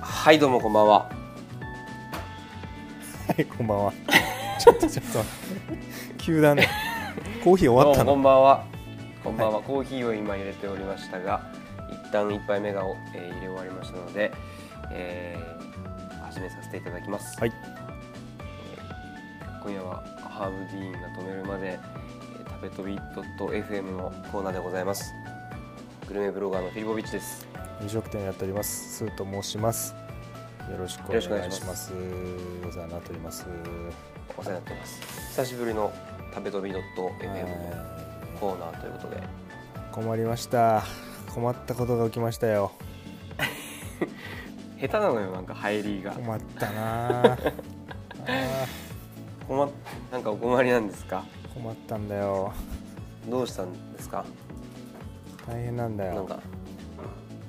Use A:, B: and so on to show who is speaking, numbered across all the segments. A: はいどうもこんばんは
B: はい、こんばんは。 ちょっとちょっと。急だね。コーヒー終わった
A: どうもこ
B: の。
A: んばんはこんばんは、コーヒーを今入れておりましたが一旦一杯目が、えー入れ終わりましたので、えー始めさせていただきます、
B: はい
A: 今夜はハーブディーンが止めるまで、えー、食べ飛び .fm のコーナーでございますグルメブロガーのフィリボビッチです
B: 飲食店をやっております。スーと申します。よろしくお願いします。お世話になっております。
A: お世話になってます久しぶりの食べ飛び .fm の
B: は
A: コーナーということで
B: い困りました。困ったことが起きましたよ。
A: 下手なのよなんか入りが
B: 困ったなあ。あ
A: 困っなんかお困りなんですか
B: ー困ったんだよ。
A: どうしたんですか
B: 大変なんだ
A: なん
B: よ。
A: か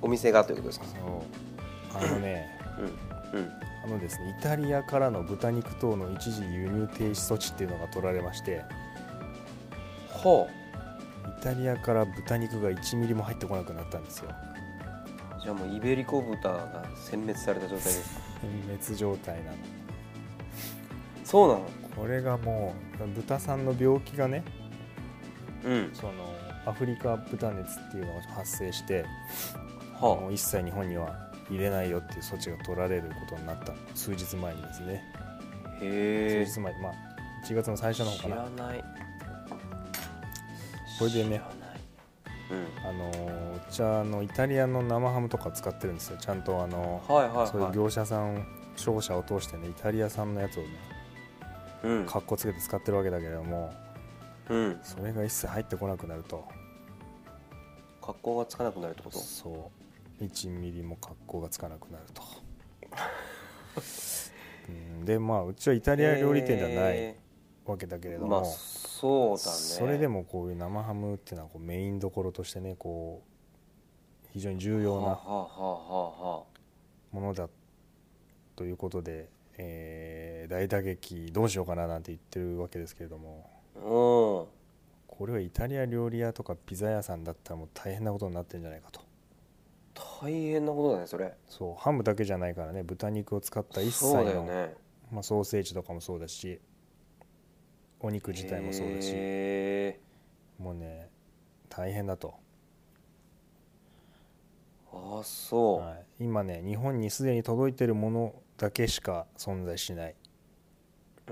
A: お店がということですか
B: そう。あのね。
A: うんうん
B: あのですね、イタリアからの豚肉等の一時輸入停止措置っていうのが取られまして、
A: ほ
B: イタリアから豚肉が1ミリも入ってこなくなったんですよ
A: うじゃあもうイベリコ豚が殲滅された状態です
B: 殲滅状態なの
A: そうなの
B: これがもう豚さんの病気がね
A: うん
B: そのアフリカ豚熱っていうのが発生しても
A: は
B: う一切日本には入れないよっていう措置が取られることになった数日前にですね、
A: あへえ
B: 数日前まあ1月の最初の方か
A: 知
B: な
A: らない
B: これで
A: 知ら
B: ね
A: ないうん
B: あのーお茶のイタリアの生ハムとか使ってるんですよちゃんとあの
A: はいはい
B: そうい
A: は
B: う
A: い
B: 業者さん商社を通してねイタリア産のやつをね
A: うん
B: かっこつけて使ってるわけだけれども
A: うん
B: それが一切入ってこなくなると
A: 格好がつかなくなるってこと
B: そう1ミリも格好がつかなくなると うんでまあうちはイタ
A: イ
B: リア料理店じゃないわけだけれども、
A: まあそうだね
B: それでもこういう生ハムっていうのはこうメインどころとしてねこう非常に重要
A: はあ
B: な
A: はあはあはあ
B: ものだということで、えー大打撃どうしようかななんて言ってるわけですけれども
A: うん
B: これはイタリア料理屋とかピザ屋さんだったらもう大変なことになってるんじゃないかと
A: 大変なことだねそれ
B: そうハムだけじゃないからね豚肉を使った一切
A: そうだよ
B: の
A: ね
B: まあ、ソーセージとかもそうだしお肉自体もそうだし
A: へ
B: もうね大変だと、
A: ーあそう、
B: はい、今ね日本にすでに届いてるものだけしか存在しない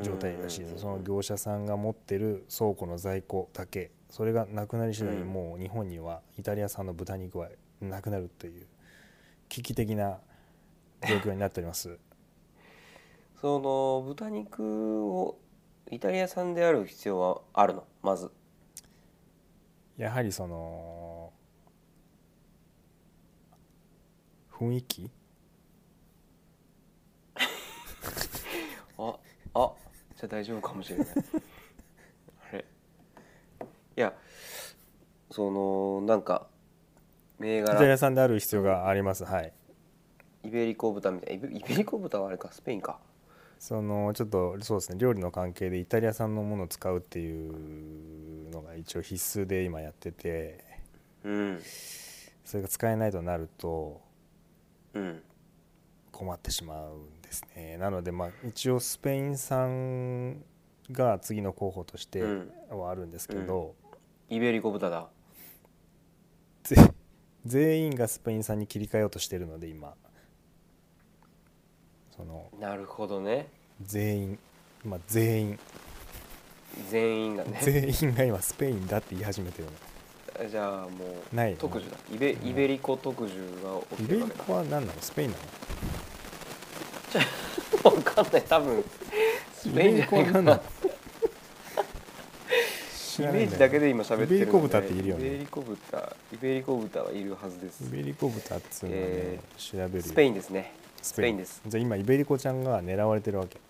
B: 状態だ
A: う
B: し
A: んうんうんうん
B: その業者さんが持ってる倉庫の在庫だけそれがなくなり次第
A: うん
B: もう日本にはイタリア産の豚肉はなくなるという危機的な状況になっております
A: その豚肉をイタリア産である必要はあるのまず
B: やはりその雰囲気
A: ああじゃあ大丈夫かもしれない あれいやそのなんか銘
B: イタリ
A: 柄
B: ア産である必要があります、はい
A: イベリコ豚みたいなイベイベリコ豚はあれかスペインか
B: そのちょっとそうですね料理の関係でイタリア産のものを使うっていうのが一応必須で今やってて
A: うん
B: それが使えないとなると
A: うん
B: 困ってしまうんですねなのでまあ一応スペイン産が次の候補として
A: うん
B: はあるんですけど、
A: イベリコ豚だ
B: ぜ 全員がスペイン産に切り替えようとしてるので今その
A: なるほどね
B: 全員まあ全員
A: 全員 がね
B: 全員が今スペインだって言い始めてるの
A: じゃあもう
B: ない
A: 特需だイベイベリコ特需が起
B: イ
A: きて
B: ベ
A: る
B: リ
A: わけだ
B: コは何なのスペインなの
A: 分かんない多分スペインじゃないかなイメージだけで今喋ってるんで
B: イベリコ豚っているよね
A: イベリコ豚イベリコ豚はいるはずです
B: イベリコ豚っつうのはね、
A: え
B: 調べる
A: スペイ
B: ン
A: ンですね
B: ス
A: ペインです
B: じゃあ今イベリコちゃんが狙われてるわけ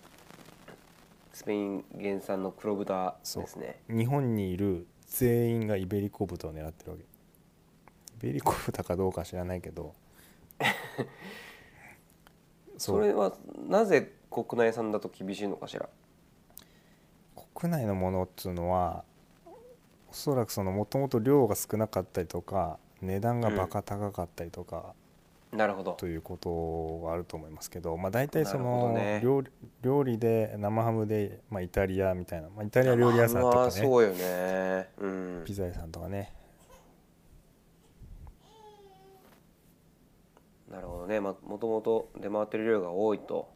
A: スペイン原産の黒豚ですね
B: 日本にいる全員がイベリコ豚を狙ってるわけイベリコ豚かどうか知らないけど
A: それはなぜ国内産だと厳しいのかしら
B: 国内のものっつうのはおそらくそのもともと量が少なかったりとか値段がバカ高かったりとか、
A: なるほど
B: ということはあると思いますけど、まあ、大体そ
A: なるほど
B: の
A: ね
B: 料理,、料理で生ハムで、まあ、イタリアみたいな、まあ、イタリア料理屋さんと
A: ま
B: か
A: あ
B: ね
A: そうよねうん
B: ピザ屋さんとかね
A: なるほどねまもともと出回ってる量が多いと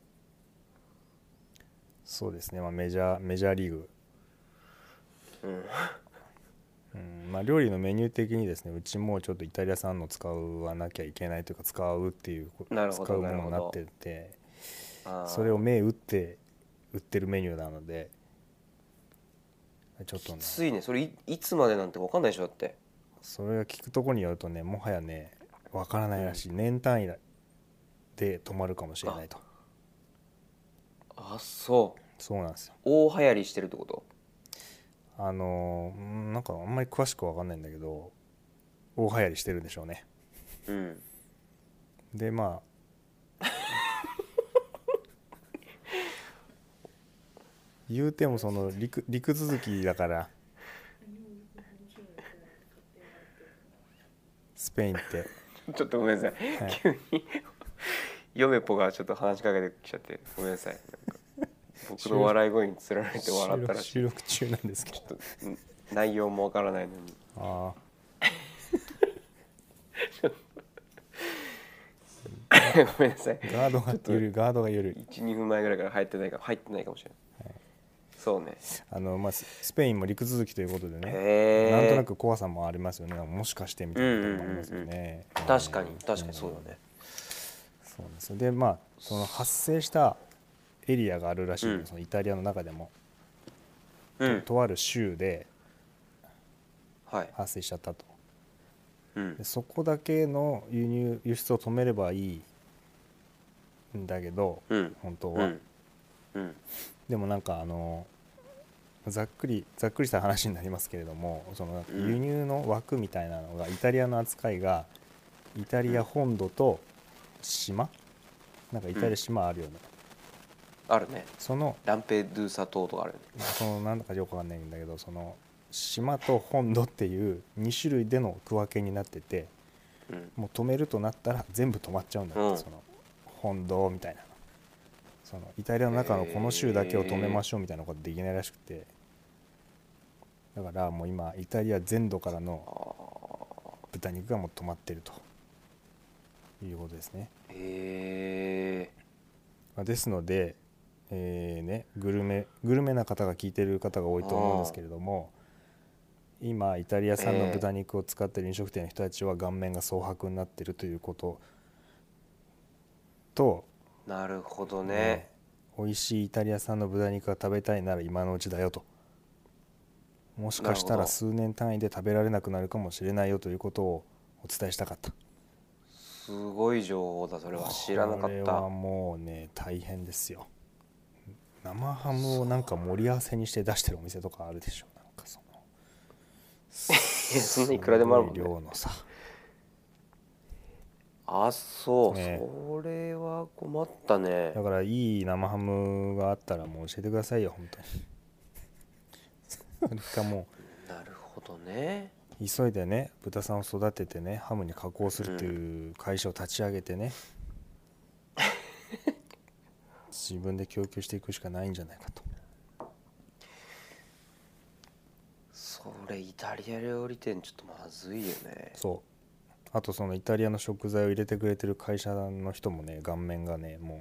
B: そうですね、まあ、メジャーメジャーリーグ、
A: うん
B: うんまあ、料理のメニュー的にですねうちもちょっとイタリア産の使わなきゃいけないというか使うっていうこ
A: なるほど
B: 使うものに
A: な
B: な
A: るほ
B: っ
A: ど
B: てて
A: あー
B: それを目打って売ってるメニューなのでちょっとね
A: ついねそれいいつまでなんて分かんないでしょだって
B: それが聞くところによるとねもはやねわからないらしい年単位で止まるかもしれないと
A: あそう
B: そうなんですよ
A: 大流行りしてるってこと
B: あのーうんなんかあんまり詳しくわかんないんだけど大流行りしてるんでしょうね
A: うん
B: でまあ言うてもその陸陸続きだからスペインって
A: ちょっとごめんなさい、
B: はい
A: 急にヨメポがちょっと話しかけてきちゃってごめんなさいなんか僕の笑い声につられて笑ったらしい
B: 収録収録中なんですけど
A: ちょっとん内容もわからないのに
B: ああ
A: ごめんなさい
B: ガードが緩いガードが緩い
A: 12分前ぐらいから入ってないか入ってないかもしれない、そうね
B: あの、まあ、ススペインも陸続きということでね、
A: へえ
B: なんとなく怖さもありますよねもしかしてみたいなこともありますよね、
A: 確かに
B: うん
A: 確かにそうだね
B: そうなんですよでまあその発生したエリアがあるらしいんです、
A: うん
B: そのイタリアの中でも、
A: うん
B: とある州で
A: はい
B: 発生しちゃったと
A: うん
B: でそこだけの輸入輸出を止めればいいんだけど
A: うん
B: 本当
A: う
B: は、
A: んうん
B: でもなんかあのざっくりざっくりした話になりますけれどもその
A: うん
B: 輸入の枠みたいなのがイタリアの扱いがイタリア本土と島なんかイタリア島あるよね、
A: あるね
B: その
A: ランペドゥーサ島とかあるよね
B: そのなんだかよくわかんないんだけどその島と本土っていう2種類での区分けになってて
A: うん
B: もう止めるとなったら全部止まっちゃうんだって、
A: うん
B: その本土みたいなそのイタリアの中のこの州だけを止めましょうみたいなことできないらしくてだからもう今イタリア全土から
A: あ
B: の
A: ー
B: 豚肉がもう止まってるということですね、
A: へえ
B: まあ、ですので、えーね、グルメグルメな方が聞いてる方が多いと思うんですけれども今イタリア産の豚肉を使ってる飲食店の人たちは顔面が蒼白になってるということと、
A: なるほどね
B: ね美味しいイタリア産の豚肉が食べたいなら今のうちだよともしかした
A: なる
B: ら
A: ほど
B: 数年単位で食べられなくなるかもしれないよということをお伝えしたかった
A: すごい情報だそれは知らなか
B: こ
A: っ
B: れ
A: た
B: はもうね大変ですよ生ハムをなんか盛り合わせにして出してるお店とかあるでしょなんかその
A: そんないくらでもあるもんね
B: すごい量のさ
A: あそう、
B: ね
A: それは困ったね
B: だからいい生ハムがあったらもう教えてくださいよ本当にそれかも
A: なるほどね
B: う急いでね豚さんを育ててねハムに加工するっていう会社を立ち上げて ね、自分で供給していくしかないんじゃないかと
A: それイタリア料理店ちょっとまずいよね
B: そうあとそのイタリアの食材を入れてくれてる会社の人もね顔面がねもう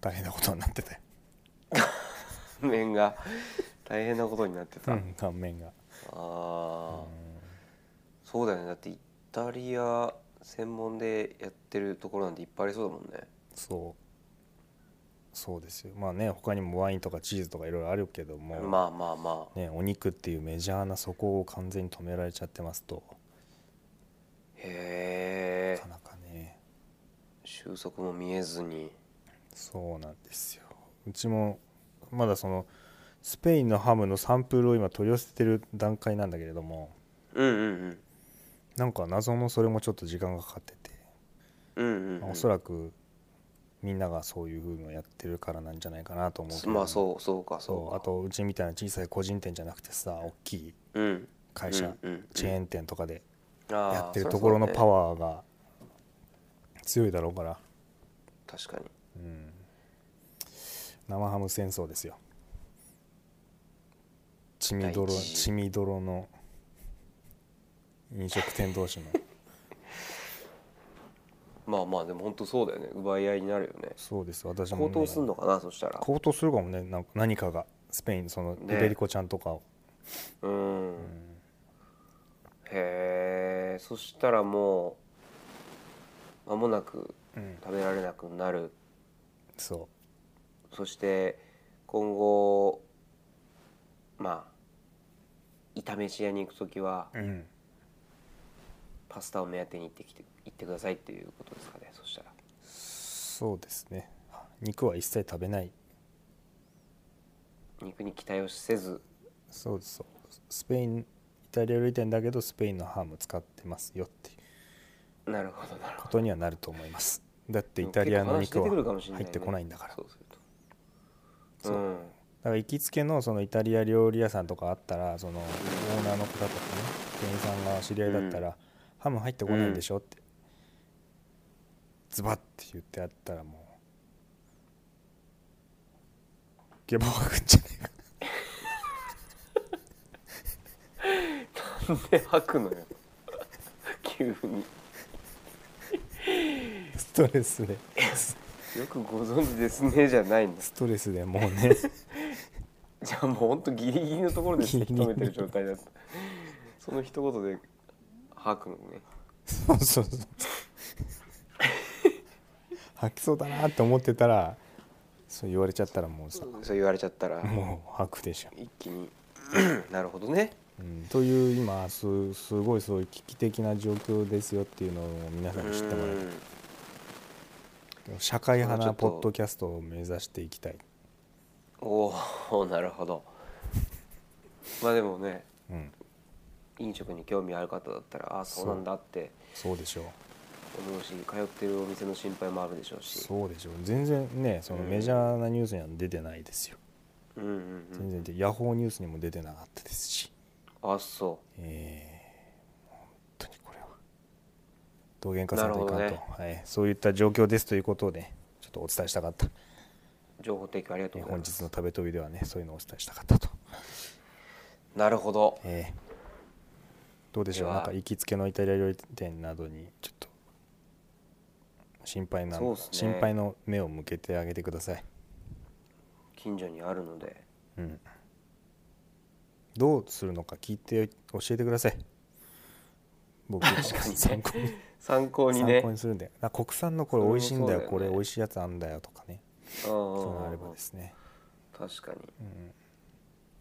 B: 大変なことになってて、
A: 麺が大変なことになってた、
B: 顔面が
A: ああ、
B: う
A: そうだよねだってイタリア専門でやってるところなんていっぱいありそうだもんね
B: んそうそうですよまあね他にもワインとかチーズとかいろいろあるけども、
A: まあまあまあ
B: ね、お肉っていうメジャーなそこを完全に止められちゃってますとな
A: へえ
B: かなかね
A: 収束も見えずに
B: そうなんですようちもまだそのスペインのハムのサンプルを今取り寄せてる段階なんだけれども
A: うんうん
B: なんか謎のそれもちょっと時間がかかってて
A: うんうんうん、
B: ま
A: う
B: あ
A: ん、
B: おそらくみんながそういう風のやってるからなんじゃないかなと思うけど
A: まあそうそうかそう
B: そうあとうちみたいな小さい個人店じゃなくてさ大きい
A: うん
B: 会社、
A: うんうんうん
B: チェーン店とかで
A: あー
B: やってるところのパワーが強いだろうから、
A: 確かに
B: うん、生ハム戦争ですよ血みどろ
A: 第一
B: 血みどろの飲食店同士の
A: まあまあでも本当そうだよね奪い合いになるよね
B: そうです私も、
A: 高騰
B: ね、
A: すんのかなそしたら
B: 高騰するかもねなんか何かがスペインその
A: ね
B: イベリコちゃんとかを、
A: うん、へえそしたらもう間もなく
B: うん
A: 食べられなくなる
B: そ
A: そして今後まあ炒めし屋に行く時は
B: う、うん、
A: パスタを目当てに行ってきて行ってくださいっていうことですかねそしたら
B: そうですね肉は一切食べない
A: 肉に期待をせず
B: そうですそうスペインイタリア料理店だけどスペインのハム使ってますよっていう
A: なるほどなるほど
B: ことにはなると思いますだってイタリアの肉は入ってこないんだから
A: そうすると
B: そう
A: うん
B: だから行きつけのそのイタリア料理屋さんとかあったらそのオーナーの方とかね店員さんが知り合いだったら、ハム入ってこないんでしょって、ズバッて言ってあったらもうゲボ吐くんじゃねえか
A: なんで吐くのよ 急に
B: ストレスで
A: よくご存知ですねじゃないんです
B: ストレスでもうね
A: じゃあもうほんとギリギリのところで突き止めてる状態だったその一言で吐くのね
B: そうそうそう吐きそうだなって思ってたらそう言われちゃったらもうさ
A: そう言われちゃったら
B: もう吐くでしょ
A: 一気に なるほどね
B: うんという今すすごいそういう危機的な状況ですよっていうのを皆さんに知っても
A: う
B: ら
A: ん
B: える社会派な
A: それはちょっと
B: ポッドキャストを目指していきたい、
A: おお なるほどまあでもね
B: うん、
A: 飲食に興味ある方だったらああそうなんだって
B: そうでしょう
A: 思うし通ってるお店の心配もあるでしょうし
B: そうでしょう全然ねそのメジャーなニュースには出てないですよ
A: うんうんう
B: 全
A: ん
B: 然でヤホーニュースにも出てなかったですし
A: あそ
B: えー、本当にこれは同源化さんといかんと、
A: なるほ
B: はい、そういった状況ですということをねちょっとお伝えしたかった
A: う情報提供ありがと
B: え
A: う
B: ー
A: ござい
B: 本
A: ま
B: 日
A: す
B: の食べ飛びではねそういうのをお伝えしたかったと。
A: なるほど
B: ええどうでしょう
A: では
B: なんか行きつけのイタリア料理店などにちょっと心配な、
A: そうっすね
B: 心配の目を向けてあげてください、
A: 近所にあるので
B: うん、どうするのか聞いて教えてください 僕参考に
A: 参考に
B: 参
A: ね
B: 考にするんであ国産のこれ
A: それ
B: 美
A: も
B: 味しいんだ
A: そ
B: よ
A: うだよね
B: これ美味しいやつあんだよとかね
A: うんうん
B: そういう
A: うん
B: の
A: う
B: あ
A: ん
B: ればですね、
A: 確かに
B: うん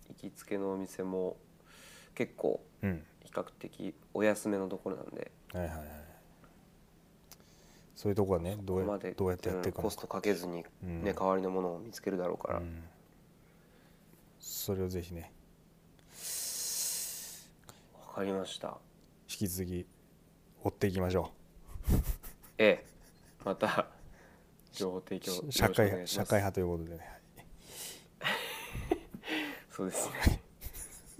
A: 行きつけのお店も結構
B: うん、
A: 比較的お安めのところなんで
B: はいはいはいそういうとこはねど
A: こ
B: う
A: こま
B: や
A: で
B: どうやってやっていく
A: コ
B: の
A: ス
B: か
A: トかけずに
B: うん
A: ね代わりのものを見つけるだろうから
B: うん、それをぜひね
A: わかりました
B: 引き続き追っていきましょ
A: ええまた情報提供よ
B: う
A: ろし
B: 社
A: くお
B: 会
A: 願い
B: 派
A: し
B: 社
A: ま
B: 会
A: す
B: 派ということでねはい
A: そうですね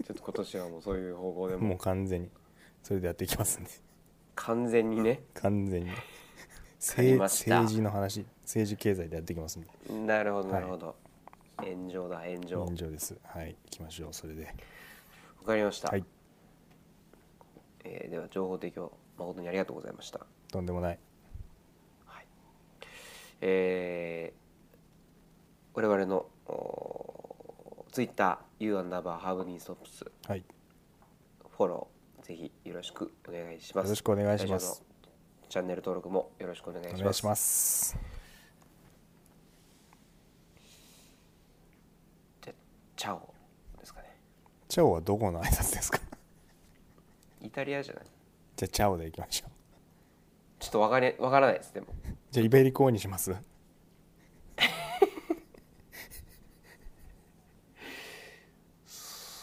A: ちょっと今年はもうそういう方向で
B: も
A: も
B: う完全にそれでやっていきますんで
A: 完全にね
B: 完全に
A: かり
B: 政
A: ました
B: 政治の話政治経済でやっていきますんで
A: なるほど
B: は
A: ないるほど、炎上だ炎上わ
B: 現状ですはい行きましょうそれで
A: かりました、
B: はい
A: えーでは情報提供誠にありがとうございました
B: とんでもない
A: えー我々のツイッター u アンダーバーハーブニーストップス
B: はい
A: フォローぜひよろしくお願いします
B: よろしくお願いします
A: ラジオのチャンネル登録もよろしくお願いし
B: お
A: ます
B: 願いします
A: じゃチャオですかね
B: チャオはどこの挨拶ですか
A: イタリアじゃない
B: じゃあチャオでいきましょう
A: ちょっとわかりわからないですでも
B: じゃあイベリコーにします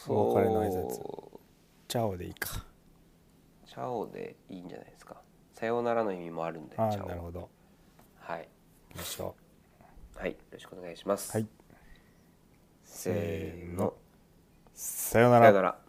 B: お別れの挨拶
A: そう
B: チャオでいいか
A: チャオでいいんじゃないですかさようならの意味もあるんでチ
B: ああ
A: ャオ
B: なるほど
A: はい
B: 行きましょ
A: はいよろしくお願いします、
B: うはい
A: せーの
B: さような
A: さよ
B: ら
A: うなら